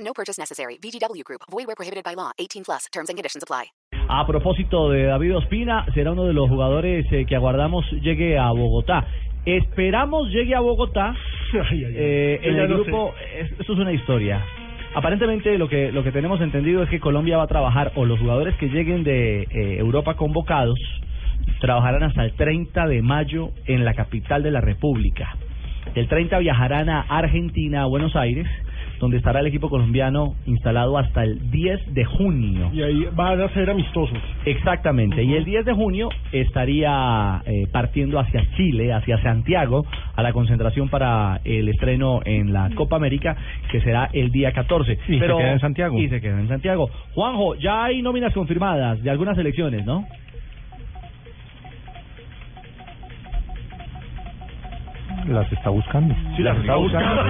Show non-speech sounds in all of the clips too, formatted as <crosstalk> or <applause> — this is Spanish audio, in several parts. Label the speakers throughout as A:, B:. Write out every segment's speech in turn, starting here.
A: No purchase necessary. VGW Group. Void where prohibited by law. 18 plus. Terms and conditions apply.
B: A propósito de David Ospina, será uno de los jugadores eh, que aguardamos llegue a Bogotá. Esperamos llegue a Bogotá. eh, en el grupo, es- esto es una historia. Aparentemente lo que lo que tenemos entendido es que Colombia va a trabajar o los jugadores que lleguen de eh, Europa convocados trabajarán hasta el 30 de mayo en la capital de la República. Del 30 viajarán a Argentina, a Buenos Aires, donde estará el equipo colombiano instalado hasta el 10 de junio.
C: Y ahí van a ser amistosos.
B: Exactamente, y el 10 de junio estaría eh, partiendo hacia Chile, hacia Santiago, a la concentración para el estreno en la Copa América, que será el día 14.
C: Y se queda en Santiago.
B: Y se queda en Santiago. Juanjo, ya hay nóminas confirmadas de algunas elecciones, ¿no?
C: Las está buscando. Sí, las, está buscando.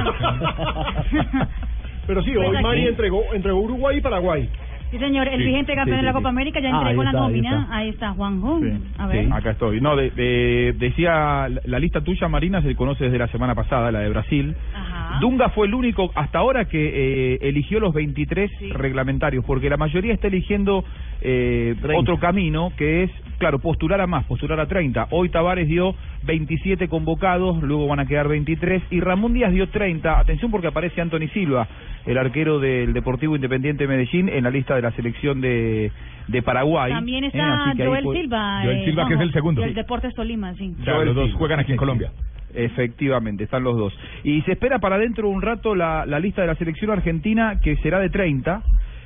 C: Pero sí,
D: Pues
C: hoy
D: aquí-
C: Mari entregó, entregó Uruguay y Paraguay.
D: Sí, señor, el vigente campeón de la Copa América ya
B: Ah, ahí
D: entregó la
B: está, ahí
D: nómina.
B: está.
D: Ahí está, Juanjo. A ver.
E: Acá estoy. No, de- de- decía la, la lista tuya, Marina, se conoce desde la semana pasada, la de Brasil.
D: Ajá.
E: Dunga fue el único hasta ahora que eh, eligió los 23 reglamentarios, porque la mayoría está eligiendo eh, otro camino, que es, claro, postular a más, postular a 30. Hoy Tavares dio 27 convocados, luego van a quedar 23, y Ramón Díaz dio 30. Atención porque aparece Anthony Silva, el arquero del Deportivo Independiente de Medellín, en la lista de la selección de, de Paraguay.
D: También
E: Eh,
D: está
E: así que ahí
D: Joel
E: fue-
D: Silva.
F: Joel
D: eh,
F: Silva, que es
D: Juanjo,
F: el segundo.
D: del
F: Sí.
D: Deportes Tolima, sí.
F: O sea, los dos juegan aquí en Colombia.
E: Efectivamente, están los dos. Y se espera para dentro de un rato la, la lista de la selección argentina, que será de 30.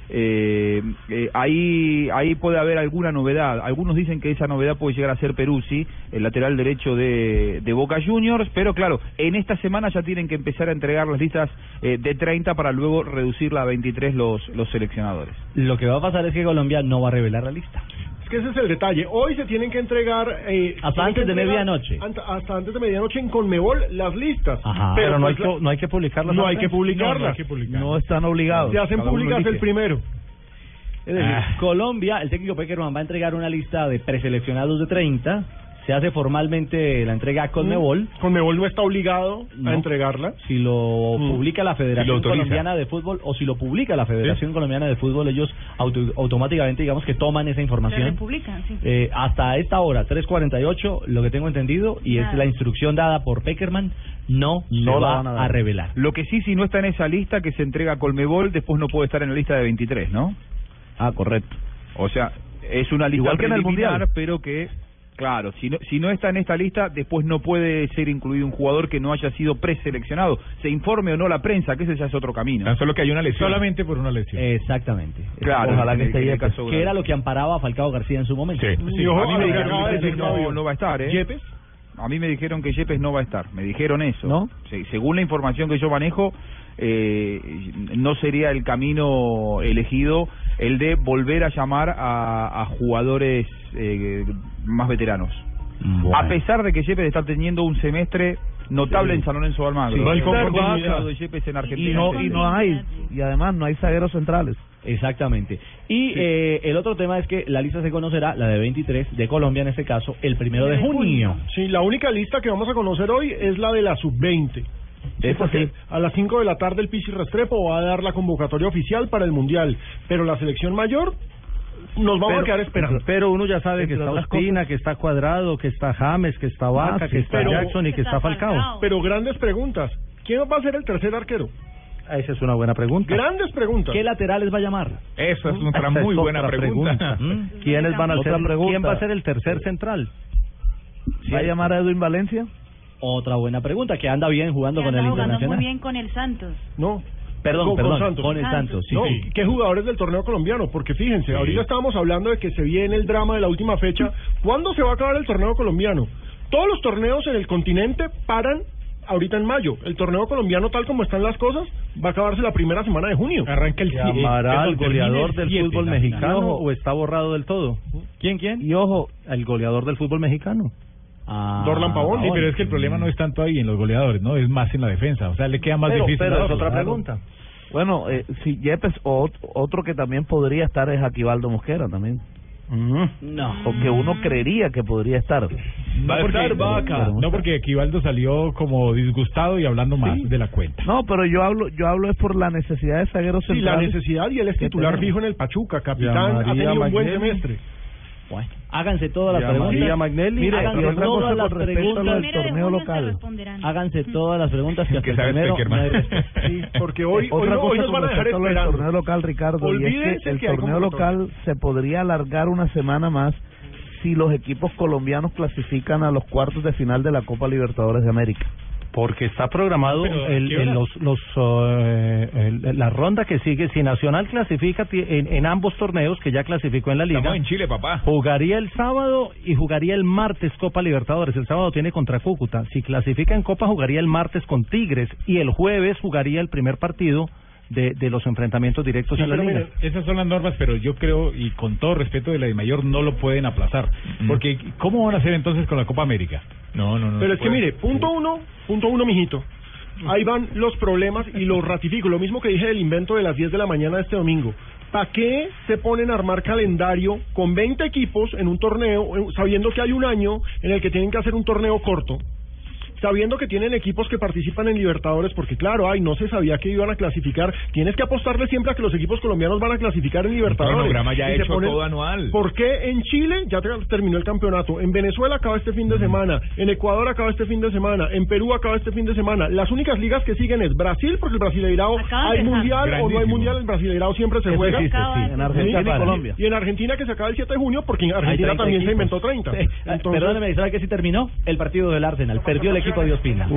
E: Eh, eh, ahí, ahí puede haber alguna novedad. Algunos dicen que esa novedad puede llegar a ser Peruzzi, el lateral derecho de, de Boca Juniors, pero claro, en esta semana ya tienen que empezar a entregar las listas eh, de 30 para luego reducirla a 23 los, los seleccionadores.
B: Lo que va a pasar es que Colombia no va a revelar la lista.
C: Es que ese es el detalle. Hoy se tienen que entregar... eh,
B: Hasta
C: tienen que
B: antes de
C: entregar
B: medianoche.
C: ant- hasta antes de medianoche en Conmebol las listas.
B: Ajá.
C: pero no hay, que,
F: no hay que publicarlas.
C: no hay que publicarlas.
F: No están obligados.
C: Se hacen públicas el primero.
B: Es decir,
F: Ah.
B: Colombia, el técnico Peckerman va a entregar una lista de preseleccionados de 30. Se hace formalmente la entrega
F: Mm.
B: a Conmebol.
C: Conmebol no está obligado
B: No.
C: a entregarla.
B: si lo
C: Mm.
B: publica la
F: Si lo
B: Federación
F: autoriza.
B: Colombiana de Fútbol o si lo publica la Federación Colombiana de Fútbol, ellos auto- automáticamente digamos que toman esa
D: La
B: información.
D: República, sí.
B: Eh, hasta esta hora, 3.48, lo que tengo entendido, y es
D: Nada.
B: la instrucción dada por Peckerman, no,
F: No
B: se
F: la
B: va
F: van a
B: a,
F: dar.
B: revelar.
E: Lo que sí, si no está en esa lista que se entrega a Colmebol, después no puede estar en la lista de 23, ¿no?
F: Ah, correcto.
E: O sea, es una lista
F: Igual que en el
E: preliminar,
F: Mundial.
E: pero que, claro, si no, si no está en esta lista, después no puede ser incluido un jugador que no haya sido preseleccionado. Se informe o no la prensa, que ese ya es otro camino.
F: Tan solo que hay una lesión. Solamente por una lesión.
B: Exactamente.
E: Claro,
B: Ojalá que
E: en
B: esté
E: el- en el
B: Yepes,
E: caso
B: que era
E: grave.
B: lo que amparaba a Falcao García en su momento.
F: Sí.
C: Y ojo,
E: a mí me
C: lo que
E: dijeron
C: acaba de
E: que
C: decir
E: no,
C: Fabio.
E: no va a estar, ¿eh?
C: Yepes.
E: A mí me dijeron que Yepes no va a estar, me dijeron eso.
B: ¿No?
E: Sí, según la información que yo manejo, eh, no sería el camino elegido el de volver a llamar a, a jugadores eh, más veteranos.
B: Mm, Bueno.
E: A pesar de que Yepes está teniendo un semestre notable en San Lorenzo de Almagro.
F: Sí, no hay continuidad.
E: de Yepes en Argentina.
D: hay- y
F: además no hay zagueros centrales.
B: Exactamente. Y eh, el otro tema es que la lista se conocerá, la de 23, de Colombia en este caso, el primero de junio.
C: Sí, la única lista que vamos a conocer hoy es la de la sub-20. Sí, porque a las 5 de la tarde el Pichi Restrepo va a dar la convocatoria oficial para el Mundial, pero la selección mayor nos vamos a quedar esperando.
F: Pero uno ya sabe que
B: Entre
F: está
B: otras Ah,
F: Ospina, que está Cuadrado, que está James, que está Vaca,
B: sí,
F: que está
C: pero-
F: Jackson y que está Falcao.
C: Pero grandes preguntas. ¿Quién va a ser el tercer arquero?
F: Ah, Esa es una buena pregunta.
C: Grandes preguntas.
B: ¿Qué laterales va a llamar?
F: Esa es
E: otra muy buena pregunta.
B: ¿Mm?
F: <laughs> ¿Quiénes van a
B: Otra
F: ser,
B: pregunta.
F: ¿Quién va a ser el tercer central? ¿Va a llamar a Edwin Valencia?
B: Otra buena pregunta, que anda bien jugando
D: Que
B: con
D: anda
B: el
D: jugando muy
B: Internacional.
D: bien con el Santos.
C: No.
B: Perdón,
C: Con- con
B: perdón,
C: Santos.
B: con el Santos. sí,
C: no,
B: sí.
C: ¿Qué jugadores del torneo colombiano? Porque fíjense, ahorita estábamos hablando de que se viene el drama de la última fecha. ¿Cuándo se va a acabar el torneo colombiano? Todos los torneos en el continente paran ahorita en mayo. El torneo colombiano, tal como están las cosas, va a acabarse la primera semana de junio.
E: Arranca el siete,
B: ¿Llamará
E: perdón,
B: al
E: termina el
B: goleador del
E: siete,
B: fútbol
E: la-
B: mexicano
E: No,
B: o está borrado del todo?
G: ¿Quién, quién?
B: Y ojo, al goleador del fútbol mexicano.
G: Ah,
C: Dorlan Pavón.
E: Sí, pero es que el problema no es tanto ahí en los goleadores, ¿no? Es más en la defensa. O sea, le queda más
B: Pero,
E: difícil.
B: pero
E: a
B: es
E: otros,
B: otra
E: claro.
B: pregunta.
H: Bueno, eh, si Yepes, o ot- otro que también podría estar es Aquivaldo Mosquera también.
G: No.
H: Porque uno creería que podría estar.
E: No
H: Va a
E: porque,
H: estar Vaca.
E: No, porque Equivaldo salió como disgustado y hablando más de la cuenta.
H: No, pero yo hablo yo hablo es por la necesidad de zagueros
C: Y la
H: centrales.
C: necesidad, y él es
H: que
C: titular
H: tenemos.
C: fijo en el Pachuca, capitán, ha
B: Llamaría
C: tenido un buen
B: Magnelli.
C: semestre.
G: Bueno, háganse todas las
B: Llamaría
G: preguntas.
B: Magnelli.
G: Mire,
B: Háganse
G: y otra
B: todas
G: cosa
B: las
G: con respecto a lo
B: preguntas.
G: del
D: Primero de
B: torneo
D: junio
B: local. Ah,
D: se responderán.
G: Háganse todas las preguntas que hasta
E: Que
G: el
E: sabes,
G: primero
E: Peckerman.
G: no
B: <laughs>
G: hay respuesta.
C: Sí, porque hoy, hoy,
H: Eh, Otra
C: no- hoy
H: cosa
C: nos van
H: con
C: a dejar
H: respecto al
C: esperando.
H: torneo local, Ricardo, y es
C: Olvídense
H: que el
C: que hay
H: torneo
C: convocatoria.
H: local se podría alargar una semana más si los equipos colombianos clasifican a los cuartos de final de la Copa Libertadores de América.
B: Porque está programado
E: Pero, ¿a
B: el,
E: qué hora?
B: el- los, los, eh, el- la ronda que sigue. Si Nacional clasifica ti- en, en ambos torneos, que ya clasificó en la liga,
E: Estamos en Chile, papá.
B: jugaría el sábado y jugaría el martes Copa Libertadores. El sábado tiene contra Cúcuta. Si clasifica en Copa, jugaría el martes con Tigres. Y el jueves jugaría el primer partido de, de los enfrentamientos directos
E: Sí,
B: en la
E: pero
B: liga.
E: mira, esas son las normas, pero yo creo, y con todo respeto de la de mayor, no lo pueden aplazar. Porque, ¿cómo van a hacer entonces con la Copa América? No, no, no.
C: Pero es que
E: puede.
C: mire, punto uno, punto uno, mijito.
E: Mm.
C: Ahí van los problemas y los ratifico. Lo mismo que dije del invento de las 10 de la mañana de este domingo. ¿Para qué se ponen a armar calendario con 20 equipos en un torneo, eh, sabiendo que hay un año en el que tienen que hacer un torneo corto? Sabiendo que tienen equipos que participan en Libertadores, porque claro, ay, no se sabía que iban a clasificar. Tienes que apostarle siempre a que los equipos colombianos van a clasificar en Libertadores.
E: cronograma ya
C: Y se
E: hecho, todo anual.
C: ¿Por qué en Chile ya te- terminó el campeonato? En Venezuela acaba este fin de semana, en Ecuador acaba este fin de semana, en Perú acaba este fin de semana. Las únicas ligas que siguen es Brasil, porque el Brasileirao
D: Acaba de
C: hay
D: empezar.
C: mundial o no hay
E: Grandísimo.
C: mundial, el Brasileirao siempre se juega.
B: existe,
D: Acaba
B: sí,
D: de
B: en
D: empezar.
B: Argentina
C: Sí,
B: y Colombia.
C: Y en Argentina que se acaba el 7 de junio, porque en
G: Hay
C: Argentina
G: 30
C: también se
G: equipos.
C: inventó 30.
B: <laughs>
G: Sí. Ah,
C: Entonces-
G: Perdóneme, ¿sabe qué sí terminó? El partido del Arsenal. Perdió el equipo de Ospina.